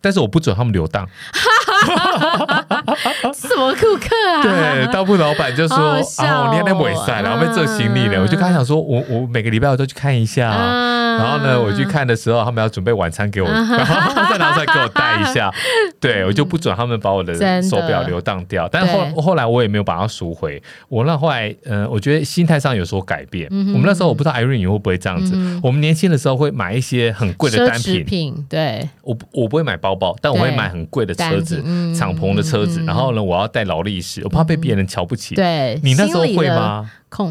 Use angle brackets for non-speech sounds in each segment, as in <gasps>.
但是我不准他们留档。什么顾客 <laughs> 啊？对，当铺老板就说：“好好笑啊，我哦今天尾赛了，我们做行李了。”我就跟他讲说：“我我每个礼拜我都去看一下。”嗯啊然后呢，我去看的时候，他们要准备晚餐给我， <laughs> 然后再拿出来给我带一 <laughs> 下。对，我就不准他们把我的嗯真的手表留当掉。但后对后来我也没有把它赎回。我那后来，嗯，我觉得心态上有所改变。嗯哼我们那时候我不知道 Irene 你会不会这样子嗯哼。我们年轻的时候会买一些很贵的奢单侈品，品，对，我不我不会买包包，但我会对买很贵的车子单品，嗯敞篷的车子。嗯然后呢，我要带劳力士，我怕被别人瞧不起。对。你那时候心理会的吗？控，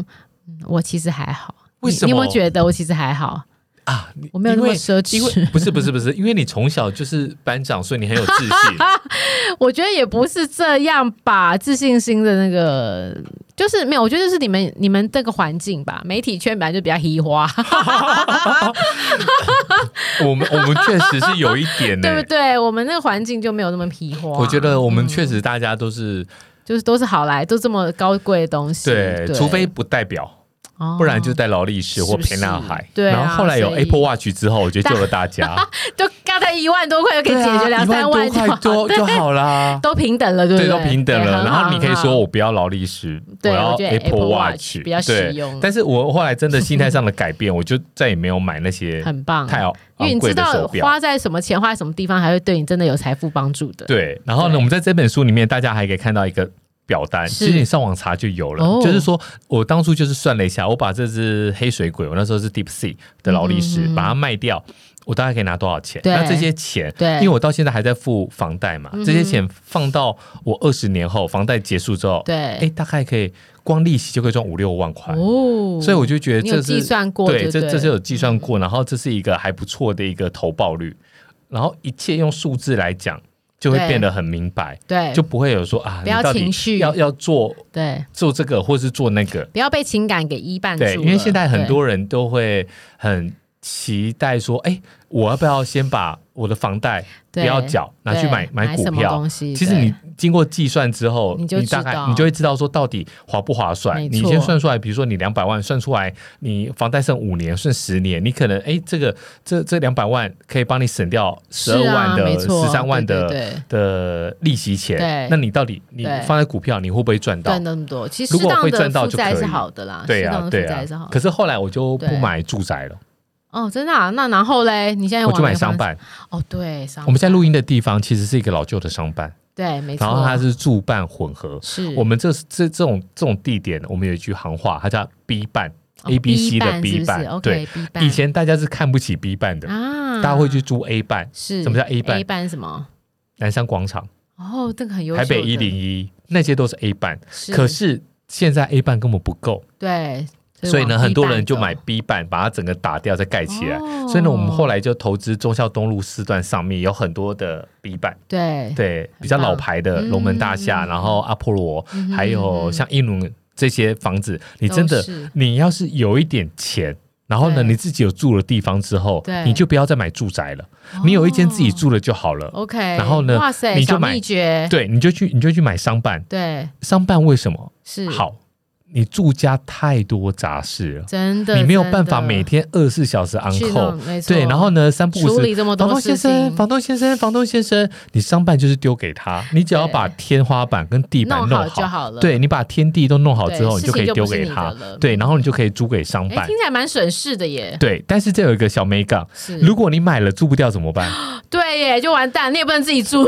嗯我其实还好。为你什你有没有么觉得我其实还好？啊，你我没有那么因为奢侈因为不是不是不是，因为你从小就是班长，所以你很有自信。 <laughs> <laughs> 我觉得也不是这样吧，自信心的那个就是没有，我觉得就是你们你们这个环境吧，媒体圈本来就比较黑花， <laughs> 我们我们确实是有一点呢、对不对？我们那个环境就没有那么皮花。我觉得我们确实大家都是、就是都是好来，都这么高贵的东西，对，除非不代表，哦不然就带劳力士或沛纳海。是不是对啊然后后来有所以 Apple Watch 之后，我 <laughs> 觉得救了大家，就刚才一万多块就可以对解啊决两一三万就好多块 <laughs> 多就好啦。都平等了，对不对，对？都平等对了。很然好后你可以很好说我不要劳力士，对要我觉得 Apple Apple Watch， Watch 比较对实用但是我后来真的心态上的改变，我就 <laughs> 再也没有买那些很棒，太昂因为昂你贵知的手道表。花在什么钱，花在什么地方，还会对你真的有财富帮助的。对，然后呢，对我们在这本书里面，大家还可以看到一个表单，是其实你上网查就有了。哦就是说我当初就是算了一下，我把这只黑水鬼，我那时候是 Deep Sea 的劳力士，嗯嗯嗯把它卖掉，我大概可以拿多少钱？对那这些钱，对因为我到现在还在付房贷嘛，嗯这些钱放到我二十年后房贷结束之后，对哎，大概可以光利息就可以赚五六万块。哦，所以我就觉得你这有是计算过对，就这对嗯这是有计算过，然后这是一个还不错的一个投报率，然后一切用数字来讲，就会对变得很明白，对，就不会有说啊，不要你到底情绪要要做对，做这个或是做那个，不要被情感给依伴住了。对，因为现在很多人都会很期待说，哎，我要不要先把我的房贷不对要缴，拿去对买买股什么票东？西其实对你经过计算之后，你就大知概道你就会知道说到底划不划算。没你错先算出来，比如说你两百万算出来，你房贷剩五年，剩十年，你可能哎，这个这这两百万可以帮你省掉十是二啊万没的、错十三万的对对的利息钱对。那你到底你对放在股票，你会不会赚对到赚？那么多，其实如适果当会赚的到负就债可是以好的啦，对适啊当，的对负啊债是好。的。可是后来我就不对买住宅了，哦，真的啊？那然后嘞？你现在有我就往买哪个商方办。向。哦，对，商我们现在录音的地方其实是一个老旧的商办，对，没错。然后它是住办混合，是我们这这这种这种地点，我们有一句行话，它叫 B 办、哦 A B C 的 B B 办办是不是 OK，对 B 办以前大家是看不起 B 办的，啊，大家会去租 A 办，是什么叫 A 办 A 班什么？南山广场、哦，这个很优秀台的。北一零一，那些都是 A 办。是，可是现在 A 办根本不够，对，所以呢，往 B 很多办人就走买 B 办，把它整个打掉再盖起来。哦所以呢，我们后来就投资忠孝东路四段上面有很多的 B 办。对对，比较老棒牌的龙门大厦，嗯然后阿波罗，嗯哼还有像英伦这些房子，你真都的是，你要是有一点钱。然后呢，对你自己有住的地方之后对，哦你就不要再买住宅了，你有一间自己住的就好了。 OK，然后呢哇塞，你就小买秘诀，对，你就去你就去买商办，对，商办为什么是，好？你住家太多杂事了，真的，你没有真办法的每天二十四小时去 uncle 弄。没错，对，然后呢，三不五处时理这么房多东先事生，情，房东先生，房东先生，你商办就是丢给他，你只要对把天花板跟地板弄弄好就好了，对你把天地都弄好之后，对你就可以丢给事情就不他是你的了，对，然后你就可以租给商哎，办听，起来蛮省事的耶，对。但是这有一个小美感，是，如果你买了租不掉怎么 <laughs> 办？对耶，就完蛋，你也不能自己住，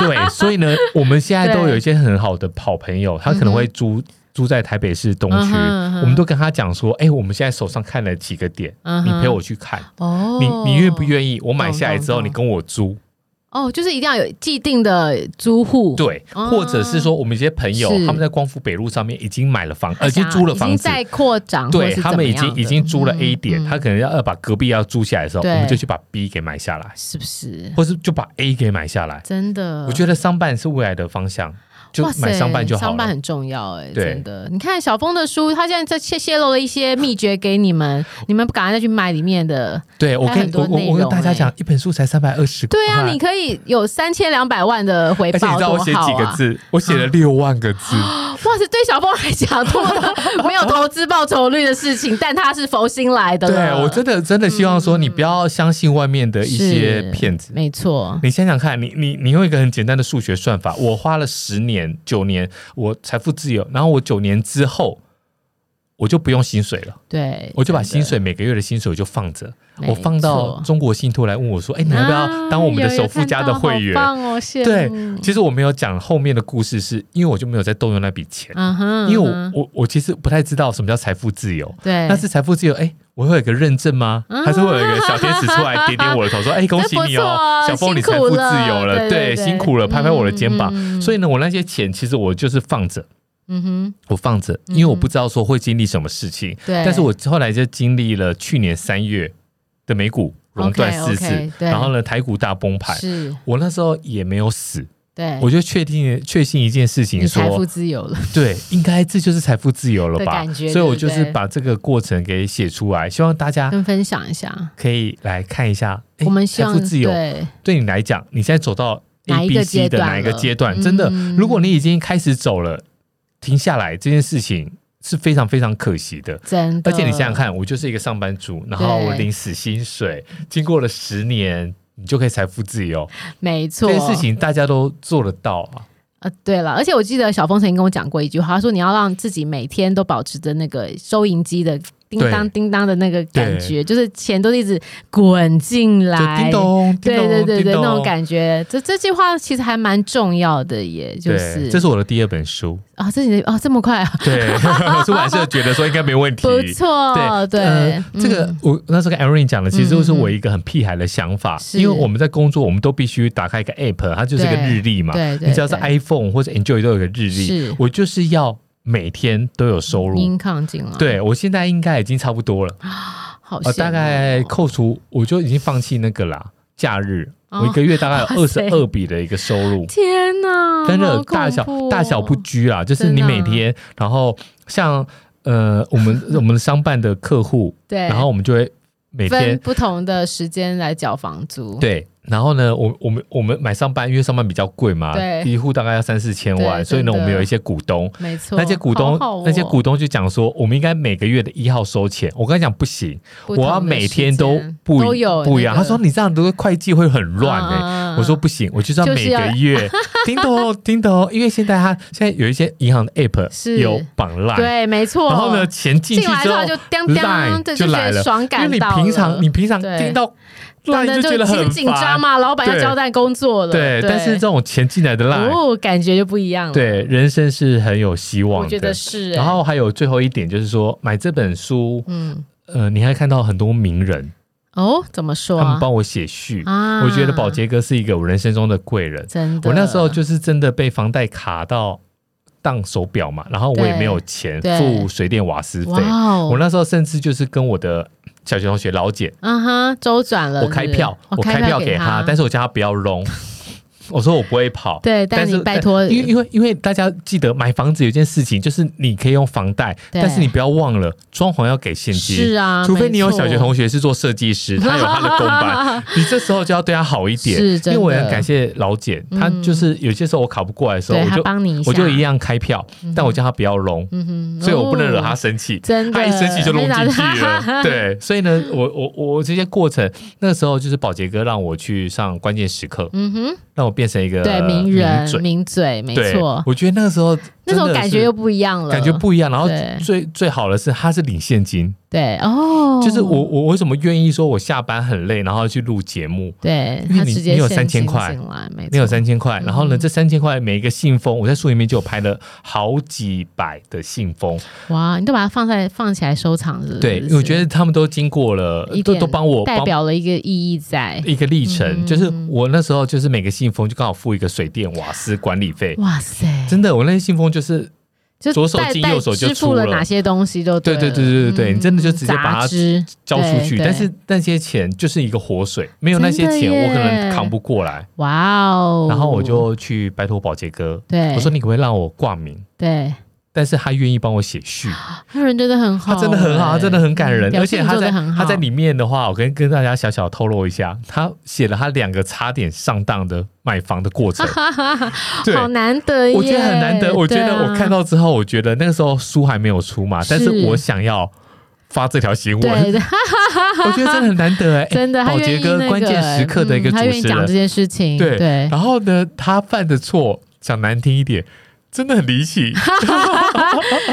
对，所以呢，我们现在都对有一些很好的好朋友，他可能会租。租在台北市东嗯区，哼嗯哼我们都跟他讲说，哎、我们现在手上看了几个点，嗯你哼陪我去看，哦你你愿不愿意？我买下来之后，懂你懂跟我租，哦，就是一定要有既定的租户，对，哦或者是说我们一些朋友是他们在光复北路上面已经买了房，呃，已想经要，租了已房经子，在扩展，或对是他怎么们已样经已的经租了 A 点，嗯他可能要要把隔壁要租下来的时候，对我们就去把 B 给买下来，是不是？或是就把 A 给买下来。真的，我觉得商办是未来的方向，就买商办就好商办了。很重要哎、对真的。你看小峰的书，他现在在泄泄露了一些秘诀给你们，你们不赶快再去买里面的。对我还有跟很多我我内我跟容大家欸讲，一本书才三百二十块。对啊，你可以有三千两百万的哎回而且你报，知道多我写好几个啊！字？我写了六万个 <gasps> 字。哇塞，对小峰来讲，<laughs> 多了没有投资报酬率的事情，但他是佛心来的对了。我真的真的希望说，你不要相信外面的一些是骗子。没错，你想想看，你你你用一个很简单的数学算法，我花了十年九年，我财富自由，然后我九年之后，我就不用薪水了，对，我就把真薪的水每个月的薪水我就放着，没我放到错中国信托来问我说，哎，你要不要当我们的首富家的会员？啊啊有有看到好棒哦，羡慕对，其实我没有讲后面的故事是，因为我就没有再动用那笔钱，嗯哼，因为我嗯哼我我其实不太知道什么叫财富自由。对，但是财富自由，哎、我会有一个认证吗？嗯还是会有一个小天使出来点点我的头，说：“ <laughs> 哎、恭喜你这不错哦小峰，你辛苦财富自由了对对对辛苦了，拍拍我的肩膀。嗯嗯嗯所以呢，我那些钱其实我就是放着，嗯哼，我放着，因为我不知道说会经历什么事情。嗯对，但是我后来就经历了去年三月的美股熔断四 OK，OK，次对然后呢，台股大崩盘。是我那时候也没有死，对，我就确定确信一件事情哎你说，财富自由了，对，应该这就是财富自由了吧？的感觉所以我对不就对是把这个过程给写出来，希望大家跟分享一下。可以来看一下。啊诶我们希财望富自由对对你来讲，你现在走到哪 A、一 B、个 C 阶的段哪一个了阶段？真的，嗯如果你已经开始走了，停下来这件事情是非常非常可惜的。真的，而且你想想，看，我就是一个上班族，然后我对领死薪水，经过了十年，你就可以财富自由。没错，这件事情大家都做得到啊。呃，对了，而且我记得小峰曾经跟我讲过一句话，他说你要让自己每天都保持着那个收银机的叮当对叮当的那个感觉，就是钱都一直滚进就来叮，咚，叮对咚对对对，叮咚那种感觉。这这句话其实还蛮重要的耶，就对是这是我的第二本 <laughs> 书。啊、这你的哦这么快啊，对， <laughs> 出版社觉得说应该没问题。不错，对，呃嗯这个我那时候跟 Irene 讲的，其实就是我一个很屁孩的想法，是因为我们在工作，我们都必须打开一个 app，它就是一个对日历嘛，对对，你只要是对 iPhone 或者 Enjoy 都有个日历是，我就是要每天都有收入。 income 进来，，对我现在应该已经差不多了，好羡慕呃，哦，大概扣除我就已经放弃那个啦，假日哦我一个月大概有二哇十塞二笔的一个收入，天哪，真的啊好恐大小怖哦大小不拘啦，就是你真的每天，然后像呃，我们我们的商办的客户， <laughs> 对，然后我们就会每分天不同的时间来缴房租，对。然后呢，我我们我们买上班，因为上班比较贵嘛，对一户大概要三四千万，对所以呢，真我的们有一些股东，没错，那些股东好好哦那些股东就讲说，我们应该每个月的一号收钱。我跟他讲不行，不同我的要每时天间都不都一有不一那样。个他说你这样的会计会很乱哎、嗯嗯嗯我说不行，我就是要就是每个要 <laughs> 月。听懂听懂，因为现在他现在有一些银行的 app 是有绑 line，对，没错。然后呢，钱进进去来之之后后就叮叮 line 对，就觉来得了。爽因为感你到了平常你平常对听到懂 line 得就觉得其实很紧张烦，嘛，老板要对交代工作了，对。但是这种钱进来的 line，哦，感觉就不一样了，，对人生是很有希我望觉的得。是。然哎后还有最后一点就是说，买这本书，嗯，呃，你还看到很多名人，哦，怎么说他啊们？帮我写序。啊我觉得宝杰哥是一个我人生中的贵人。真的，我那时候就是真的被房贷卡到当手表嘛，然后我也没有钱对付水电瓦斯费。哇哦，我那时候甚至就是跟我的小学同学老姐，嗯哼，周转了，我开是不是票，哦我开票票给他他，，但是我叫他不要扔。 <laughs> 我说我不会跑，对但但是你拜托因为因为因为大家记得买房子有一件事情，就是你可以用房贷，对但是你不要忘了装潢要给现金，是啊，除非你有没错小学同学是做设计 <laughs> 师，他有他的工班， <laughs> 你这时候就要对他好一点。是因真为的嗯我也很感谢老姐，她就是有些时候我考不过来的时候，对我他就帮你一下，我就一样开票，但我叫她不要聋，嗯哼，所以我不能惹她哦，生气。真的，她一生气就弄进去了，<laughs> 他对，所以呢，我我我这些过程，那时候就是宝杰哥让我去上关键时刻， <laughs> 嗯哼，让我变成一个对，名人呃嘴，名嘴，没对错，，我觉得那个时候那种真的感是觉又不一样了，感觉不一样，然后对最最好的是他是领现金，对哦，就是我我为什么愿意说我下班很累，然后去录节目？对因为他你直接你有现3000金块进来，没你有错嗯三千块，然后呢，这三千块每一个信封，我在书里面就有拍了好几百的信封。哇，你都把它放在放起来收藏是不是？对，因为我觉得他们都经过了一，都点都帮我代帮表了一个意义在。一个历程。嗯就是我那时候就是每个信封就刚好付一个水电瓦斯管理费，哇塞，真的，我那些信封就是就左手代进代右手就支出付了了哪些东西都对对嗯对对对对对，你真的就直接把它支交出去，对对但是那些钱就是一个活水，没有那些真钱的耶我可能扛不过来。哇哦，然后我就去拜托保洁哥，对我说你可不可以让我挂名？对，但是他愿意帮我写序，他人真的很好他欸，真的很好，他真的很感人，嗯而且他在表现做得很好他在里面的话，我跟跟大家小小透露一下，他写了他两个差点上当的买房的过程， <laughs> 对。好难得耶，我觉得很难得，我觉对得啊我看到之后，我觉得那个时候书还没有出嘛，但是是我想要发这条新闻，对 <laughs> 我觉得真的很难得哎、欸真的，他保愿洁意哥那个关键时刻的一个嗯主他愿持意讲这人，件事情，对对，然后呢，他犯的错，讲难听一点，真的很离 <laughs> 奇。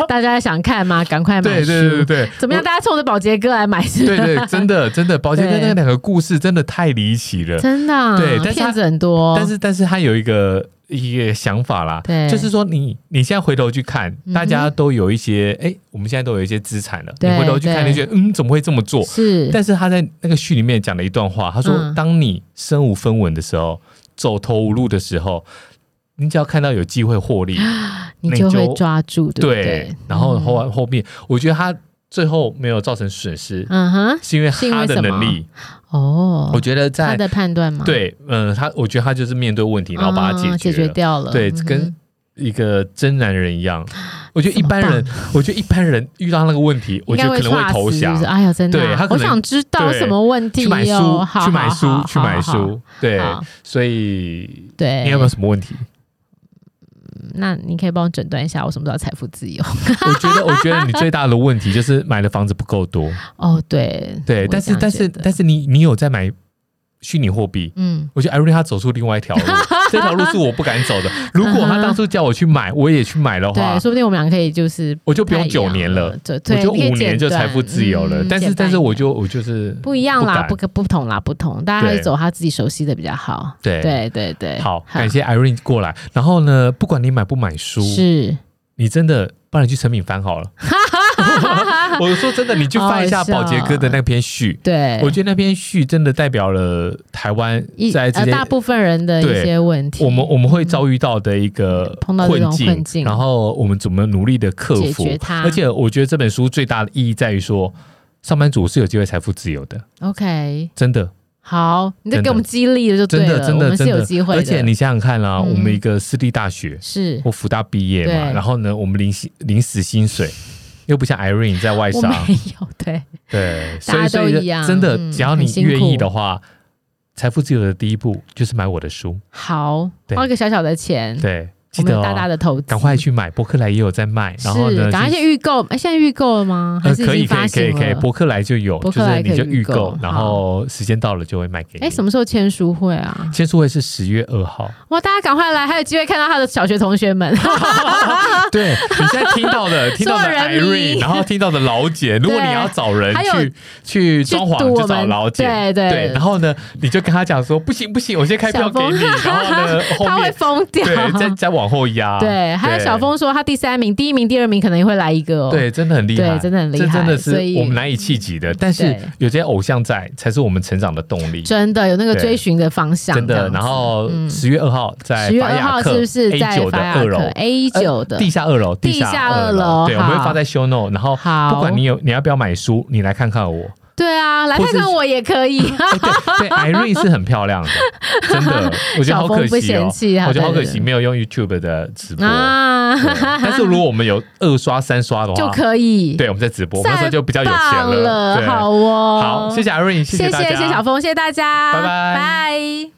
大家想看吗？赶快买对书，对对对对，怎么样？我？大家冲着保洁哥来买是对对，真的真 <laughs> 的，保洁哥对那两个故事真的太离奇 <laughs> 了。真的啊，对但是他骗子很多，但是但是他有一个一个想法啦，哦对嗯就是说你你现在回头去看，哼大家都有一些哎，我们现在都有一些资产了，你对回头去看，对你觉得嗯怎么会这么做？是但是他在那个序里面讲了一段话，他说：“嗯当你身无分文的时候，走投无路的时候，你只要看到有机会获利，你你就就会抓住， <gasps> 对不对？嗯然后后来后面，我觉得他最后没有造成损失，嗯哼，是因为是因他为的什么能力。哦，我觉得他在的判断嘛，对，嗯、他我觉得他就是面对问题，嗯，然后把它解决了解决掉了，对，嗯哼跟一个真男人一样。我觉得一般这么人，我觉得一般人遇到那个问题，我应觉该得可能会投吓降死是不是。哎呀，真的啊，对他可我能想知道对什么问题去买书哟，好，去买啊好书，去买，好好好书。对好，所以对，你有没有什么问 <laughs> 题？那你可以帮我诊断一下，我什么时候财富自由？我觉得，我觉得你最大的问题就是买的房子不够多。哦，对，对，我但这是样但觉是得但是你你有在买虚拟货币？嗯，我觉得艾瑞她走出另外一条路，这条路是我不敢走的。如果她当初叫我去买，我也去买的话嗯对，，说不定我们俩可以就是我就不用太一样九年了，，对，我对就你可以五年剪就财断富自由了嗯。但是剪但是半我年就我就是不一样不啦，敢不可不同啦，不同，大家还对是走他自己熟悉的比较好。对对对对，好，感谢 Irene 过来。然后呢，不管你买不买书，是你真的帮你去成品翻好 <laughs> 了。我说真的，你去翻一下好好笑宝杰哥的那篇序，对，我觉得那篇序真的代表了台湾一在这呃些、大部分人的对一些问题，我们我们会遭遇到的一个碰到这种困境然后我们怎么努力的克解服决它而且我觉得这本书最大的意义在于说，上班族是有机会财富自由的， OK 真的，好，你在真给的我们激励了就真对的，了，真我的，们是真有的机会的，而且你想想看啦，嗯我们一个私立大学是或福大毕业嘛，对然后呢，我们领薪领死薪水，又不像 Irene 在外我商没，有对， <laughs> 对，大所以家所都以一样真的，嗯只要很你辛苦愿意的话，财富自由的第一步就是买我的书，好对花个小小的钱，对，记嗯我们得、有哦、大大的投资，赶快去买，博客来也有在卖，然后呢是，，赶快去先预购，哎，现在预购了吗？还呃，是已可以经可发以可行以可以，了？博客来就有，博就客是来你可以就预预购购，然后时间到了就会卖给你。哎，什么时候签书会啊？签书会是十月二号，哇，大家赶快来，还有机会看到他的小学同学 <laughs> 们。 <laughs> 对你现在听到的听到的做人 Irene，迷然后听到的老 <laughs> 姐，如果你对要找人还有去去去装潢，堵我就找们老姐，对对然后呢，你就跟他讲说，不行不行，我先开票小给峰你，然后呢后 <laughs> 他会面疯掉。对啊再再往后压， <laughs> 对还有小。峰说他第三名、第一名、第二名可能也会来一个哦。对，真的很厉害，对真的很厉害这真的所是以我们难以企及的。但是对有这些偶像在，才是我们成长的动力。真的有那个对追寻的方向。真的。然后十月二号在嗯十月法二雅号克是不是 A 在九的法二雅楼呃克？A 九的地下二楼，地下下二楼，楼对，我们会好发在 show note，然后好不管你有你要不要买书，你来看看我。 <laughs> 对啊，来或看是看我也可以。 <laughs> 哎对对，Irene 是很漂亮的，真的，我觉得好小可峰不惜哦嫌，弃啊，我觉得好对可惜，没有用 YouTube 的直播。啊，对但是如果我们有二刷三刷的就话，可以。对，我们在直播，我太们那时候就比较有钱棒了，对，好哦，好，谢谢 Irene，谢大家，谢谢小峰，谢谢大家，拜拜拜。